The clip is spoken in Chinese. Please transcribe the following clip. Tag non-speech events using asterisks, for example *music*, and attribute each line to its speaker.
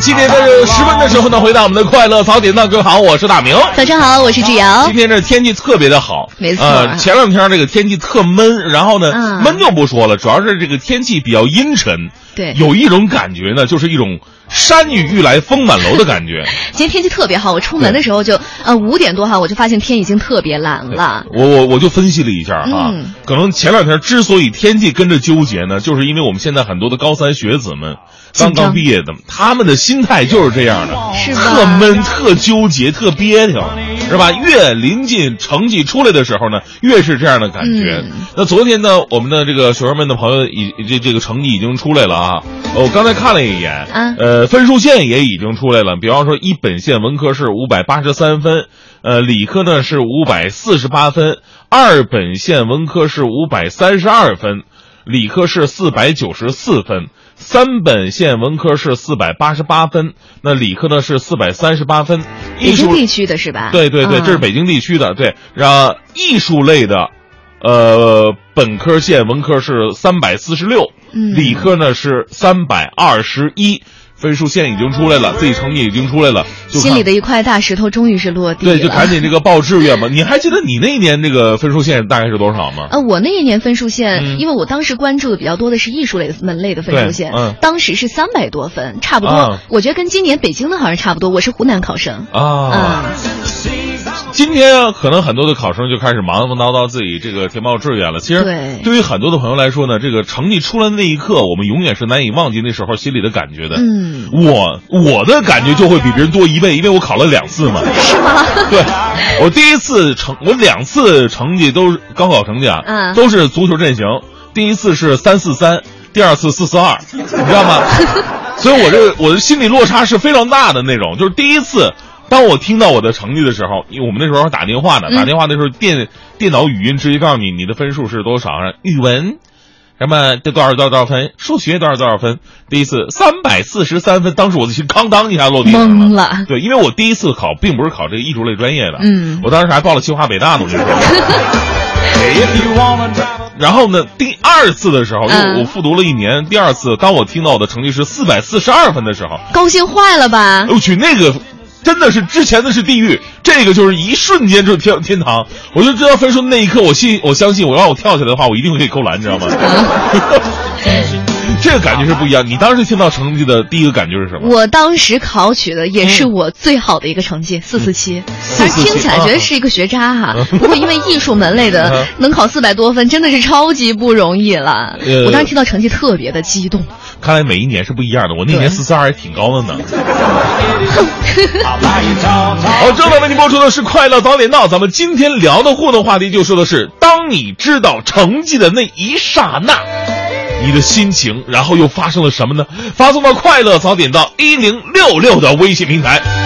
Speaker 1: 七点三十十分的时候呢，回到我们的快乐早点档，各位好，我是大明。
Speaker 2: 早上好，我是志瑶
Speaker 1: 今。天这天气特别的好，
Speaker 2: 没错
Speaker 1: 呃，前两天这个天气特闷，然后呢，
Speaker 2: 嗯
Speaker 1: 闷就不说了，主要是这个天气比较阴沉。
Speaker 2: 对
Speaker 1: 有一种感觉呢，就是一种山雨欲来风满楼的感
Speaker 2: *laughs*
Speaker 1: 觉。
Speaker 2: 今天天气特别好，我出门的时候就，呃，五点多哈，我就发现天已经特别蓝了。
Speaker 1: 我我我就分析了一下哈，
Speaker 2: 嗯
Speaker 1: 可能前两天之所以天气跟着纠结呢，就是因为我们现在很多的高三学子们刚
Speaker 2: 紧张
Speaker 1: 刚毕业的，他们的心态就是这样的，
Speaker 2: 是吧
Speaker 1: 特闷、特纠结、特憋挺，是吧？越临近成绩出来的时候呢，越是这样的感觉。
Speaker 2: 嗯
Speaker 1: 那昨天呢，我们的这个学生们的朋友已这这个成绩已经出来了啊，我刚才看了一眼，
Speaker 2: 啊
Speaker 1: 呃，分数线也已经出来了，比方说一本线文科是五百八十三分，呃，理科呢是五百四十八分，二本线文科是五百三十二分，理科是四百九十四分，三本线文科是四百八十八分，那理科呢是四百三十八分，
Speaker 2: 北
Speaker 1: 艺
Speaker 2: 京
Speaker 1: 术
Speaker 2: 地区的是吧？
Speaker 1: 对对对，
Speaker 2: 嗯
Speaker 1: 这是北京地区的，对，然后艺术类的，呃，本科线文科是三百四十六，
Speaker 2: 嗯
Speaker 1: 理科呢是三百二十一，分数线已经出来了，自己成绩已经出来了，就
Speaker 2: 嗯心里
Speaker 1: 看
Speaker 2: 的一块大石头终于是落地了。
Speaker 1: 对，就赶紧这个报志愿吧。你还记得你那一年这个分数线大概是多少吗？
Speaker 2: 呃，我那一年分数线，
Speaker 1: 嗯
Speaker 2: 因为我当时关注的比较多的是艺术类的门类的分数线，
Speaker 1: 对嗯
Speaker 2: 当时是三百多分，差不多。
Speaker 1: 啊
Speaker 2: 我觉得跟今年北京的好像差不多。我是湖南考生，嗯
Speaker 1: 啊，今天可能很多的考生就开始忙忙叨叨自己这个填报志愿了。其实
Speaker 2: 对，
Speaker 1: 对于很多的朋友来说呢，这个成绩出来的那一刻，我们永远是难以忘记那时候心里的感觉的。
Speaker 2: 嗯，
Speaker 1: 我我的感觉就会比别人多一倍，因为我考了两次嘛。
Speaker 2: 是吗？
Speaker 1: 对，我第一次成，我两次成绩都是高考成绩啊，
Speaker 2: 嗯
Speaker 1: 都是足球阵型。第一次是三四三，第二次四四二，你知道
Speaker 2: *laughs*
Speaker 1: 吗？所以我这我的心理落差是非常大的那种。就是第一次，当我听到我的成绩的时候，因为我们那时候还打电话呢，
Speaker 2: 嗯
Speaker 1: 打电话那时候电电脑语音直接告诉你你的分数是多少，语文。什么这多少多少多少分？数学多少多少分？第一次三百四十三分，当时我的心哐当一下落地上
Speaker 2: 懵了，
Speaker 1: 对，因为我第一次考并不是考这个艺术类专业的，
Speaker 2: 嗯
Speaker 1: 我当时还报了清华北大呢，我跟
Speaker 2: *laughs*
Speaker 1: 你说。哎 *laughs* 然后呢，第二次的时候，因为
Speaker 2: 嗯
Speaker 1: 我复读了一年，第二次当我听到我的成绩是四百四十二分的时候，
Speaker 2: 高兴坏了吧
Speaker 1: 哎？我去，那个真的是之前的是地狱，这个就是一瞬间就是天天堂。我就知道分数那一刻，我信我相信，我让我跳起来的话，我一定可以扣篮，你知道
Speaker 2: *laughs*
Speaker 1: 吗？这个感觉是不一样。你当时听到成绩的第一个感觉是什么？
Speaker 2: 我当时考取的也是我最好的一个成绩，四四七。但是听起来觉得是一个学渣哈、
Speaker 1: 嗯
Speaker 2: 不过因为艺术门类
Speaker 1: 嗯
Speaker 2: 的能考四百多分，真的是超级不容易了。
Speaker 1: 呃
Speaker 2: 我当时听到成绩特别的激动，
Speaker 1: 看来每一年是不一样的。我那年
Speaker 2: 对
Speaker 1: 四四二还挺高的呢。好，正在为您播出的是《快乐早点到》，咱们今天聊的互动话题就说的是，当你知道成绩的那一刹那，你的心情，然后又发生了什么呢？发送到《快乐早点到》一零六六的微信平台。